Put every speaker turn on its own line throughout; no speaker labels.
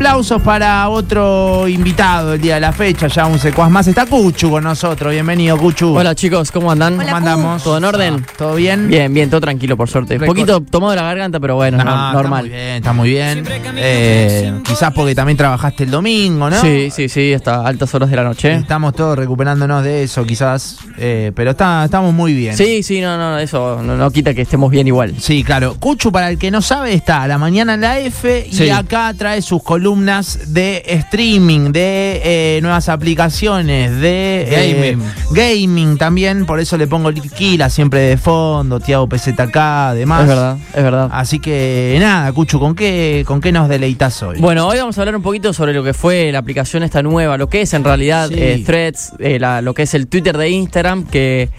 aplausos para otro invitado el día de la fecha, ya un secuaz más. Está Cuchu con nosotros, bienvenido Cuchu.
Hola chicos, ¿cómo andan?
¿Cómo
Hola,
andamos? Ah,
¿Todo en orden?
¿Todo bien?
Bien, bien, todo tranquilo por suerte. Un
Record-
poquito tomado de la garganta, pero bueno,
No,
no- normal.
Ah, Está muy bien, está muy bien. Eh, quizás porque también trabajaste el domingo, ¿no?
Sí, sí, sí, hasta altas horas de la noche.
Estamos todos recuperándonos de eso, quizás. eh, pero está, estamos muy bien.
Sí, sí, no, no, eso no, no quita que estemos bien igual.
Sí, claro. Cuchu, para el que no sabe, está a la mañana en la F y
Sí.
acá trae sus columnas de streaming, de eh, nuevas aplicaciones, de eh, gaming también. Por eso le pongo Liquila siempre de fondo, Tiago PZK, demás.
Es verdad, es verdad.
Así que nada, Cuchu, ¿con qué, con qué nos deleitas hoy?
Bueno, hoy vamos a hablar un poquito sobre lo que fue la aplicación esta nueva, lo que es en realidad
Sí.
eh, Threads, eh, la- lo que es el Twitter de Instagram, que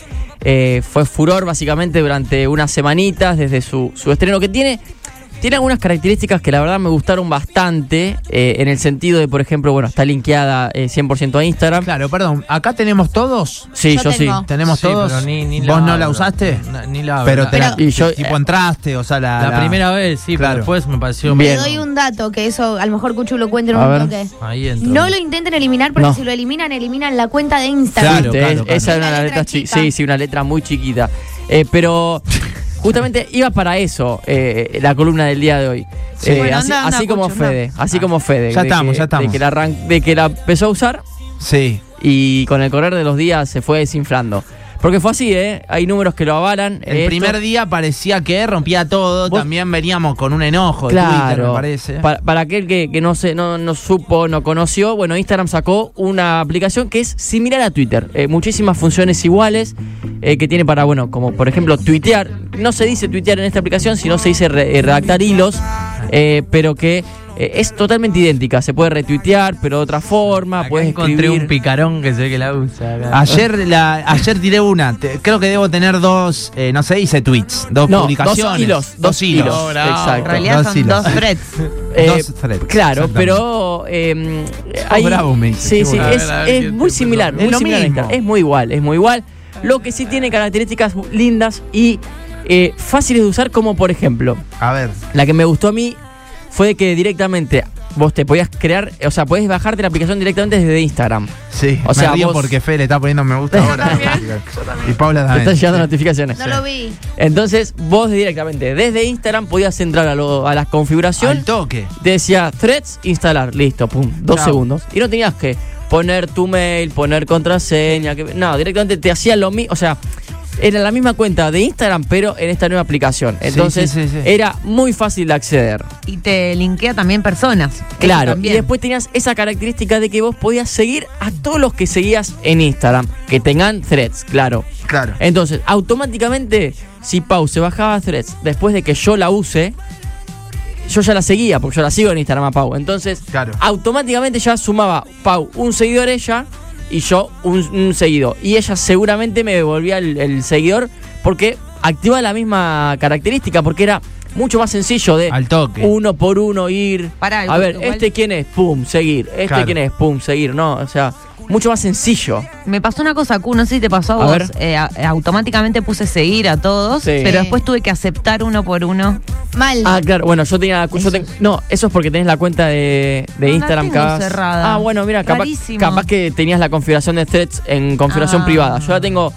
eh, fue furor básicamente durante unas semanitas desde su, su estreno, que tiene, tiene algunas características que la verdad me gustaron bastante, eh, en el sentido de, por ejemplo, bueno, está linkeada eh, 100% a Instagram.
Claro, perdón, acá tenemos todos.
Sí, yo,
Yo
sí.
tengo.
Tenemos
Sí,
todos.
pero ni- ni
¿Vos no la
abro.
usaste?
No, ni la abro.
Pero,
La-
te la-
Pero-
Y yo,
tipo entraste, o sea, la,
la, primera vez, sí,
Claro.
pero después me pareció
Bien.
Te doy un dato que eso a lo mejor Cuchu lo cuenta en
A
un
ver.
toque.
Ahí entro.
No lo intenten eliminar porque
No.
si lo eliminan, eliminan la cuenta de Instagram.
Claro,
Viste,
claro,
es-
claro.
Esa era
Una
una
letra
letra, chi-
chica.
sí, sí, una letra muy chiquita. Eh, pero justamente iba para eso eh, la columna del día de hoy.
Sí.
Eh,
Bueno,
así
anda, anda,
así como
Pucho,
Fede, así
Ah,
como Fede.
ya
de
estamos,
que-
ya estamos.
De que, la arran- de que la empezó a usar
Sí.
y con el correr de los días se fue desinflando. Porque fue así, ¿eh? Hay números que lo avalan.
El
Esto-
primer día parecía que rompía todo.
Vos-
También veníamos con un enojo de Twitter, me
Claro.
parece.
Para, para aquel que, que no, se, no, no supo, no conoció, bueno, Instagram sacó una aplicación que es similar a Twitter. Eh, muchísimas funciones iguales eh, que tiene para, bueno, como por ejemplo tuitear. No se dice tuitear en esta aplicación, sino se dice re- eh, redactar hilos, eh, pero que eh, es totalmente idéntica. Se puede retuitear, pero de otra forma.
Acá
puedes
encontré
escribir.
Ah, un picarón que sé que la usa. acá.
Ayer, la, ayer tiré una. Te- creo que debo tener dos, eh, no se dice tweets, dos
No,
publicaciones.
dos hilos, dos hilos.
Oh, bravo.
Exacto.
En realidad
Dos
son
hilos.
dos threads.
Eh,
Dos threads,
Claro,
exactamente.
pero. eh, hay-
bravo, me dice,
Sí,
qué
sí,
bueno.
es,
A ver, a ver
es
qué
muy
te-
similar.
Es
muy
lo
similar a
mismo.
esta. Es muy igual, es muy igual. Lo que sí tiene características lindas y eh, fáciles de usar, como por ejemplo,
A ver.
la que me gustó a mí fue que directamente vos te podías crear, o sea, podés bajarte la aplicación directamente desde Instagram.
Sí,
O
me
sea,
río
vos-
porque Fede le está poniendo me gusta ahora. y Paula
Te están
también.
llegando notificaciones.
No lo vi.
Entonces, vos directamente desde Instagram podías entrar a, lo- a las configuraciones.
Al toque.
Te decía threads, instalar, listo, pum, dos
Chao.
segundos. Y no tenías que poner tu mail, poner contraseña, que, no, directamente te hacía lo mismo, o sea, era la misma cuenta de Instagram, pero en esta nueva aplicación.
sí,
Entonces,
sí, sí.
era muy fácil de acceder.
Y te linkea también personas. Eso
Claro,
también.
y después tenías esa característica de que vos podías seguir a todos los que seguías en Instagram, que tengan threads, claro.
Claro.
Entonces, automáticamente, si Pau se bajaba a Threads después de que yo la use, yo ya la seguía, porque yo la sigo en Instagram a Pau. Entonces,
Claro.
automáticamente ya sumaba Pau un seguidor ella y yo un, un seguidor. Y ella seguramente me devolvía el, el seguidor porque activaba la misma característica, porque era mucho más sencillo de
Al toque.
uno por uno ir.
Pará,
a
igual-
ver,
igual-
este quién es, pum, seguir. Este
Claro.
quién es, pum, seguir. No, o sea, mucho más sencillo.
Me pasó una cosa, Q, no sé si te pasó a,
A
vos.
ver.
Eh, a- automáticamente puse seguir a todos,
Sí.
pero
Sí.
después tuve que aceptar uno por uno.
Mal.
Ah, claro, bueno, yo tenía la cu- yo ten- no, eso es porque tenés la cuenta de, de
No la
Instagram
tengo
capaz-
cerrada.
Ah, bueno, mira, capaz,
Rarísimo.
capaz que tenías la configuración de threads en configuración
Ah.
privada. Yo la tengo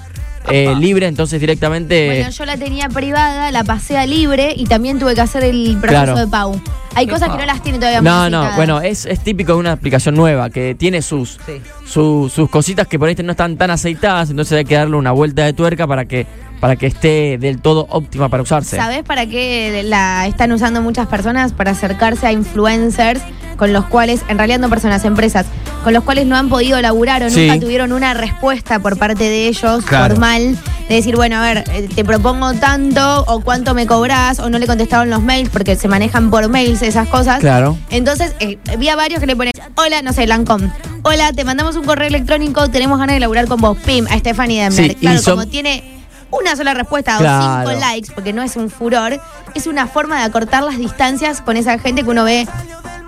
eh, libre, entonces directamente.
Bueno, yo la tenía privada, la pasé a libre y también tuve que hacer el proceso
Claro.
de Pau. Hay
Qué
cosas que
pavo.
no las tiene todavía
no, no,
modificadas.
bueno, es, es típico de una aplicación nueva que tiene sus,
Sí.
su- sus cositas que por ahí no están tan aceitadas, entonces hay que darle una vuelta de tuerca para que, para que esté del todo óptima para usarse.
¿Sabés para qué la están usando muchas personas? Para acercarse a influencers con los cuales, en realidad no personas, empresas, con los cuales no han podido laburar o
Sí.
nunca tuvieron una respuesta por parte de ellos
Claro.
formal de decir, bueno, a ver, eh, te propongo tanto o cuánto me cobras o no le contestaron los mails porque se manejan por mails esas cosas.
Claro.
Entonces, eh, vi a varios que le ponen, hola, no sé, Lancome. Hola, te mandamos un correo electrónico, tenemos ganas de laburar con vos. Pim, a Stephanie Demner.
Sí, y
claro,
son-
como tiene una sola respuesta o
Claro.
cinco likes, porque no es un furor, es una forma de acortar las distancias con esa gente que uno ve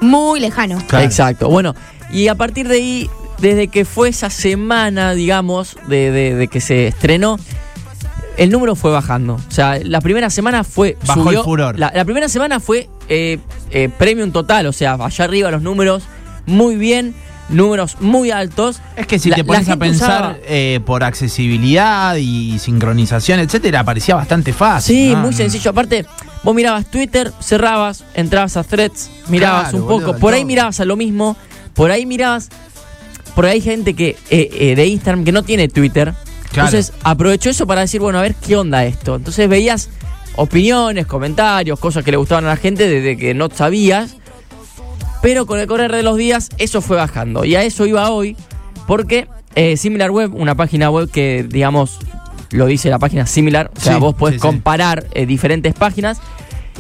muy lejano.
Claro.
Exacto. Bueno, y a partir de ahí, desde que fue esa semana, digamos, de, de- de que se estrenó, el número fue bajando. O sea, la primera semana fue.
Bajó
subió-
el furor.
La, la primera semana fue eh, eh, premium total, o sea, allá arriba los números, muy bien, números muy altos.
Es que si
La-
te
la
pones a
gente
pensar
usaba-
eh, por accesibilidad y sincronización, etcétera, parecía bastante fácil.
Sí,
Ah, ¿no? Mm,
muy sencillo. Aparte, vos mirabas Twitter, cerrabas, entrabas a threads, mirabas
Claro,
un poco.
boludo,
por ahí
todo.
mirabas a lo mismo. Por ahí mirabas. Por ahí hay gente que eh, eh, de Instagram que no tiene Twitter.
Claro.
Entonces aprovechó eso para decir, bueno, a ver qué onda esto. Entonces veías opiniones, comentarios, cosas que le gustaban a la gente desde que no sabías. Pero con el correr de los días eso fue bajando. Y a eso iba hoy porque eh, SimilarWeb, una página web que, digamos, lo dice la página similar, o sea,
Sí,
vos podés
sí, sí.
comparar eh, diferentes páginas,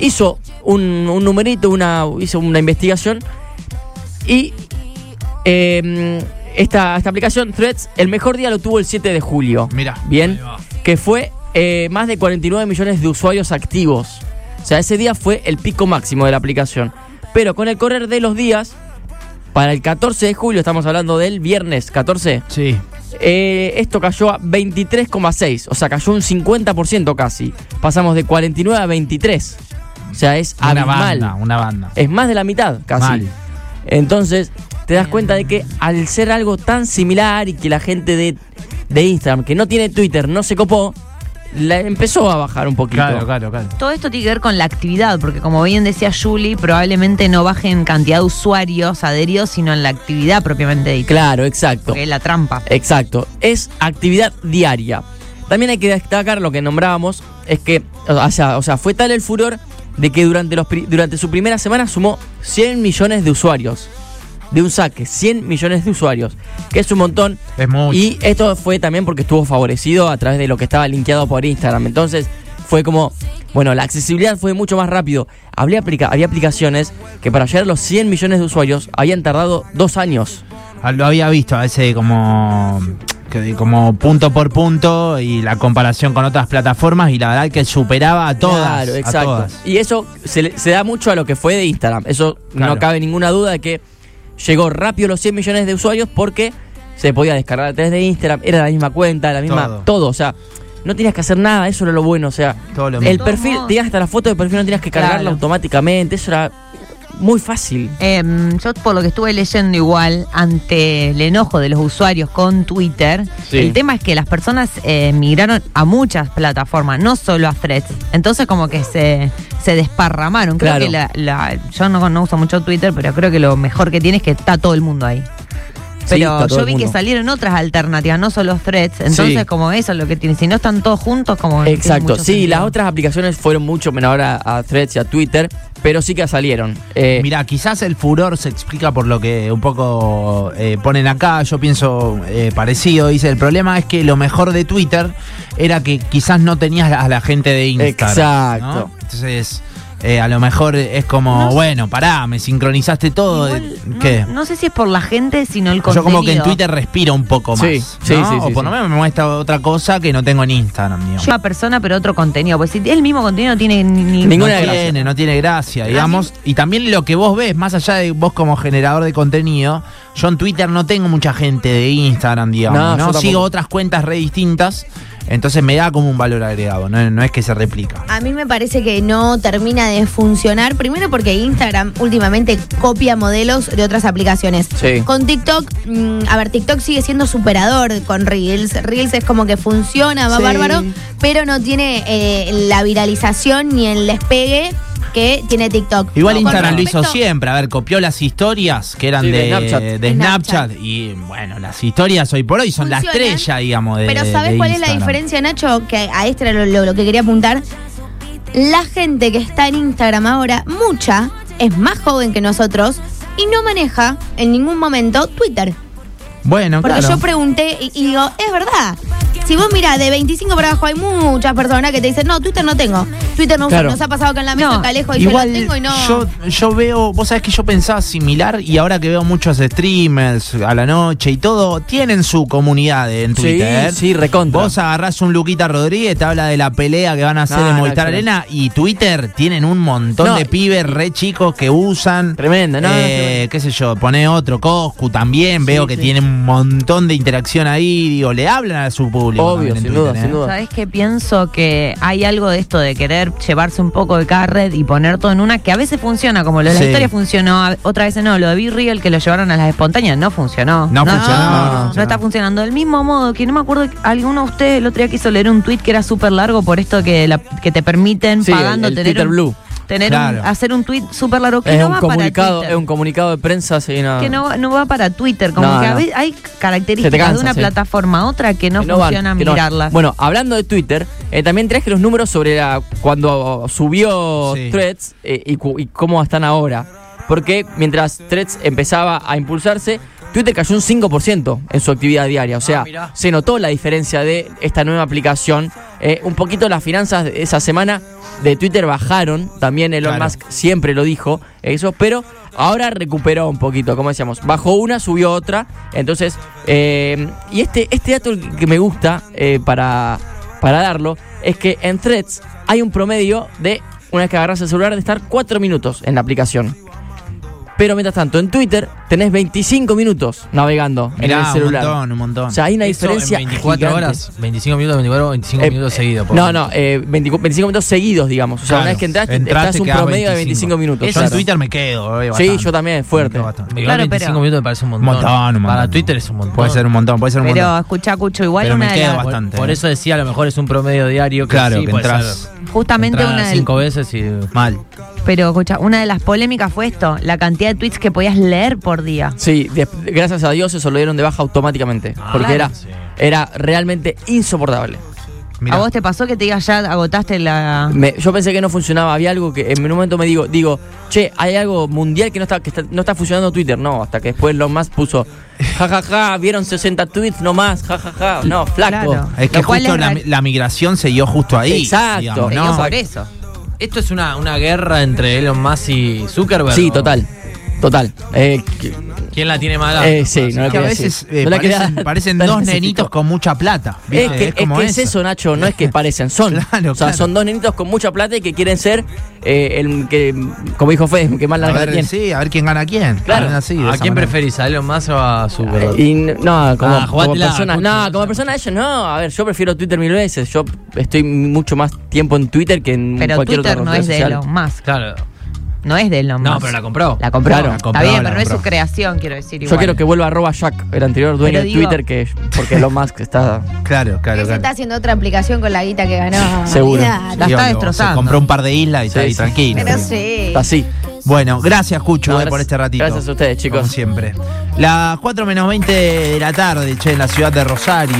hizo un, un numerito, una, hizo una investigación y eh, esta, esta aplicación Threads, el mejor día lo tuvo el 7 de julio.
Mirá.
Bien,
Ahí va.
que fue eh, más de 49 millones de usuarios activos. O sea, ese día fue el pico máximo de la aplicación. Pero con el correr de los días, para el 14 de julio, estamos hablando del viernes 14,
Sí.
eh, esto cayó a 23,6. O sea, cayó un 50% casi. Pasamos de 49 a 23. O sea, es
Una
abismal.
banda, una banda.
Es más de la mitad casi.
Mal.
Entonces, te das cuenta de que al ser algo tan similar y que la gente de, de Instagram, que no tiene Twitter, no se copó, la empezó a bajar un poquito.
Claro, claro, claro.
Todo esto tiene que ver con la actividad, porque como bien decía Julie, probablemente no baje en cantidad de usuarios adheridos, sino en la actividad propiamente dicha,
Claro, exacto.
que es la trampa.
Exacto. Es actividad diaria. También hay que destacar lo que nombrábamos, es que, o sea, o sea, fue tal el furor de que durante, los, pri- durante su primera semana sumó 100 millones de usuarios. De un saque, 100 millones de usuarios, que es un montón.
Es mucho.
Y esto fue también porque estuvo favorecido a través de lo que estaba linkeado por Instagram. Entonces fue como, bueno, la accesibilidad fue mucho más rápido. Había, aplica- había aplicaciones que para llegar a los 100 millones de usuarios habían tardado dos años.
Ah, Lo había visto a veces como, que- como punto por punto y la comparación con otras plataformas y la verdad que superaba a todas.
Claro,
a
exacto.
todas.
Y eso se, le- se da mucho a lo que fue de Instagram. Eso
Claro.
no cabe ninguna duda de que llegó rápido los 100 millones de usuarios porque se podía descargar a través de Instagram. Era la misma cuenta, la misma.
Todo.
Todo. o sea. No tenías que hacer nada, eso era lo bueno, o sea,
Todo lo
el
mismo.
perfil, tenías hasta la foto de perfil, no tenías que cargarla
Claro.
automáticamente, eso era muy fácil.
Em, yo por lo que estuve leyendo igual, ante el enojo de los usuarios con Twitter,
Sí.
el tema es que las personas eh, migraron a muchas plataformas, no solo a threads. Entonces como que se, se desparramaron. Creo
Claro.
que la, la- yo no, no uso mucho Twitter, pero creo que lo mejor que tiene es que está todo el mundo ahí.
Sí,
Pero
está todo
yo
el
vi que
mundo.
salieron otras alternativas, no solo threads. Entonces,
Sí.
como eso es lo que tiene. Si no están todos juntos, como. que tiene
Exacto,
mucho
sí,
sentido.
las otras aplicaciones fueron mucho menor a, a Threads y a Twitter, pero sí que salieron. Eh,
Mirá, quizás el furor se explica por lo que un poco eh, ponen acá, yo pienso eh, parecido, dice, el problema es que lo mejor de Twitter era que quizás no tenías a la gente de Instagram. ¿no?
Exacto.
Entonces, eh, a lo mejor es como, bueno, pará, me sincronizaste todo.
Igual, no-
¿Qué?
No, sé si es por la gente, sino el contenido.
Yo como que en Twitter respiro un poco más.
Sí, sí,
¿no?
sí,
O
sí,
por lo
sí.
menos me muestra otra cosa que no tengo en Instagram, digamos.
Una persona, pero otro contenido. Pues si es el mismo contenido, no tiene ni- ni-
Ningún- Ninguna
no
gracia.
tiene, no tiene gracia, digamos. Y también lo que vos ves, más allá de vos como generador de contenido, yo en Twitter no tengo mucha gente de Instagram, digamos.
No,
No,
yo tampoco.
sigo otras cuentas re distintas, entonces me da como un valor agregado, no, no es que se replica.
A mí me parece que no termina de funcionar. Primero porque Instagram últimamente copia modelos de otras aplicaciones.
Sí.
Con TikTok, mm, a ver, TikTok sigue siendo superador con Reels. Reels es como que funciona, va
Sí.
bárbaro, pero no tiene eh, la viralización ni el despegue que tiene TikTok.
Igual
Con
Instagram lo hizo
respecto-
siempre, a ver, copió las historias que eran
Sí,
de,
de
de Snapchat.
Snapchat.
y bueno, las historias hoy por hoy son la
Funcionan,
estrella, digamos, de
Pero ¿sabes
de
cuál es la
Instagram.
diferencia, Nacho? Que a este era lo, lo- lo que quería apuntar. La gente que está en Instagram ahora, mucha, es más joven que nosotros y no maneja en ningún momento Twitter.
Bueno,
Porque
claro.
yo pregunté y, y digo, es verdad. Si vos mirá, de 25 para abajo hay muchas personas que te dicen, no, Twitter no tengo. Twitter no uso".
Claro.
Nos ha pasado acá en la mesa,
No,
Calejo, y
Igual
yo no tengo y no.
yo, yo veo, vos sabés que yo pensaba similar y ahora que veo muchos streamers a la noche y todo, tienen su comunidad en
Sí,
Twitter. ¿eh?
sí, recontra.
Vos agarrás un Luquita Rodríguez, te habla de la pelea que van a hacer
Ah,
en
no,
Movistar
claro.
Arena y Twitter tienen un montón
No,
de pibes re chicos que usan.
Tremendo, no, no,
Eh,
tremendo.
qué sé yo, pone otro, Coscu también, veo que tiene un montón de interacción ahí, digo, le hablan a su público. para
Obvio,
ver en
sin
Twitter,
duda,
¿eh?
sin duda.
¿Sabes qué? Pienso que hay algo de esto de querer llevarse un poco de cada red y poner todo en una que a veces funciona, como lo de
Sí.
la historia funcionó, a- otra vez no. Lo de Be Real que lo llevaron a las espontáneas no funcionó.
No funcionó,
No,
no funcionó.
está funcionando. Del mismo modo que no me acuerdo, que alguno de ustedes el otro día quiso leer un tweet que era súper largo por esto que, la- que te permiten
Sí, el-
pagando
el
tener.
Twitter
un-
Blue.
tener
Claro.
un- hacer un tweet súper largo que
es
no
un
va para
comunicado,
Twitter
es un comunicado de prensa, así no.
que no, no va para Twitter. Como
Ah. No,
que a
no.
veces hay características
cansa,
de una
sí.
plataforma a otra que no
que no van,
funcionan
que no van.
mirarlas.
Bueno, hablando de Twitter, eh, también traje los números sobre la- cuando subió
Sí.
Threads eh, y, cu- y cómo están ahora. Porque mientras Threads empezaba a impulsarse, Twitter cayó un 5% en su actividad diaria. O sea,
mirá.
se notó la diferencia de esta nueva aplicación. Eh, un poquito las finanzas de esa semana de Twitter bajaron. También Elon
Claro.
Musk siempre lo dijo, eso, pero ahora recuperó un poquito, como decíamos. Bajó una, subió otra. Entonces, eh, y este, este dato que me gusta eh, para, para darlo es que en threads hay un promedio de, una vez que agarras el celular, de estar 4 minutos en la aplicación. Pero mientras tanto, en Twitter tenés 25 minutos navegando
Mirá,
en el celular.
un montón, un montón.
O sea, hay una
Eso
diferencia.
en 24
gigante.
horas, 25 minutos, 24, 25
Eh,
minutos
eh,
seguidos. por
No,
ejemplo.
no, eh, 25, 25 minutos seguidos, digamos. O sea,
Claro.
una vez que entraste,
Entraste,
estás un
quedás
promedio de 25
25
minutos.
Yo en
claro.
Twitter me quedo. eh,
Sí,
bastante.
yo también, fuerte.
Me quedo bastante.
Igual
Claro,
25
pero-
minutos me parece un montón.
Montón, un montón.
Para Twitter es un montón.
Puede ser un montón, puede ser un
Pero
montón.
escucha, Cucho, igual
Pero me
una de
queda
las-
bastante.
Por- Por eso decía, a lo mejor es un promedio diario. Que
Claro,
sí,
que
puede
entras
ser.
justamente
Entras
una de,
cinco veces y...
mal.
pero escucha, una de las polémicas fue esto, la cantidad de tweets que podías leer por día.
Sí, de- gracias a Dios eso lo dieron de baja automáticamente.
Ah,
porque era,
sí.
era realmente insoportable.
Mirá.
¿A vos te pasó que te digas ya agotaste la
Me- yo pensé que no funcionaba, había algo que en un momento me digo, digo, che, hay algo mundial que no está, que está- no está funcionando Twitter. No, hasta que después Elon Musk puso, jajaja, vieron 60 tweets nomás, jajaja. No, flaco.
Claro.
Es que
Lo cual
justo
es
la,
ra-
la migración se dio justo ahí.
Exacto.
digamos,
Se
¿no?
dio por eso?
Esto es una, una guerra entre Elon Musk y Zuckerberg.
Sí,
¿o?
total. Total. Eh, que-
¿Quién la tiene más
eh, sí,
Que
no la
a
quería
veces
decir.
eh,
No la quería
parecen,
dar
parecen
tan
dos
específico.
nenitos con mucha plata.
Es
¿viste?
que, es,
como
que es eso, Nacho, no es que parecen, son.
Claro,
o sea,
claro.
son dos nenitos con mucha plata y que quieren ser eh, el que, como dijo Fede, que más
A
la gana
ver,
tiene.
sí, a ver quién gana a quién.
Claro.
Hablan así, de
¿A
esa
quién
manera.
preferís? ¿A Elon Musk o a Zuckerberg?
Y n- no, como,
Ah,
como
jugátela,
personas,
jugátela.
no, como personas ellos no. A ver, yo prefiero Twitter mil veces. Yo estoy mucho más tiempo en Twitter que en
Pero
cualquier
Twitter
otra
no
red
es de
social.
Elon Musk,
Claro.
no es de Elon Musk.
No, pero la compró.
La compró.
Claro, la
compró,
Está bien,
la
pero no es
compró.
su creación, quiero decir
Yo
igual.
quiero que vuelva arroba Jack, el anterior dueño
Pero
de
digo-
Twitter, que porque Elon Musk está.
Claro, claro,
Él se está
claro.
haciendo otra aplicación con la guita que ganó.
Seguro.
Olvidate.
La está
Digo, se
destrozando.
compró un par de islas y está
Sí,
ahí
sí.
tranquilo.
Pero sí.
está así.
Bueno, gracias, Cucho,
No,
eh,
gracias-
por este ratito.
gracias a ustedes, chicos.
Como siempre. Las 4 menos 20 de la tarde, che, en la ciudad de Rosario.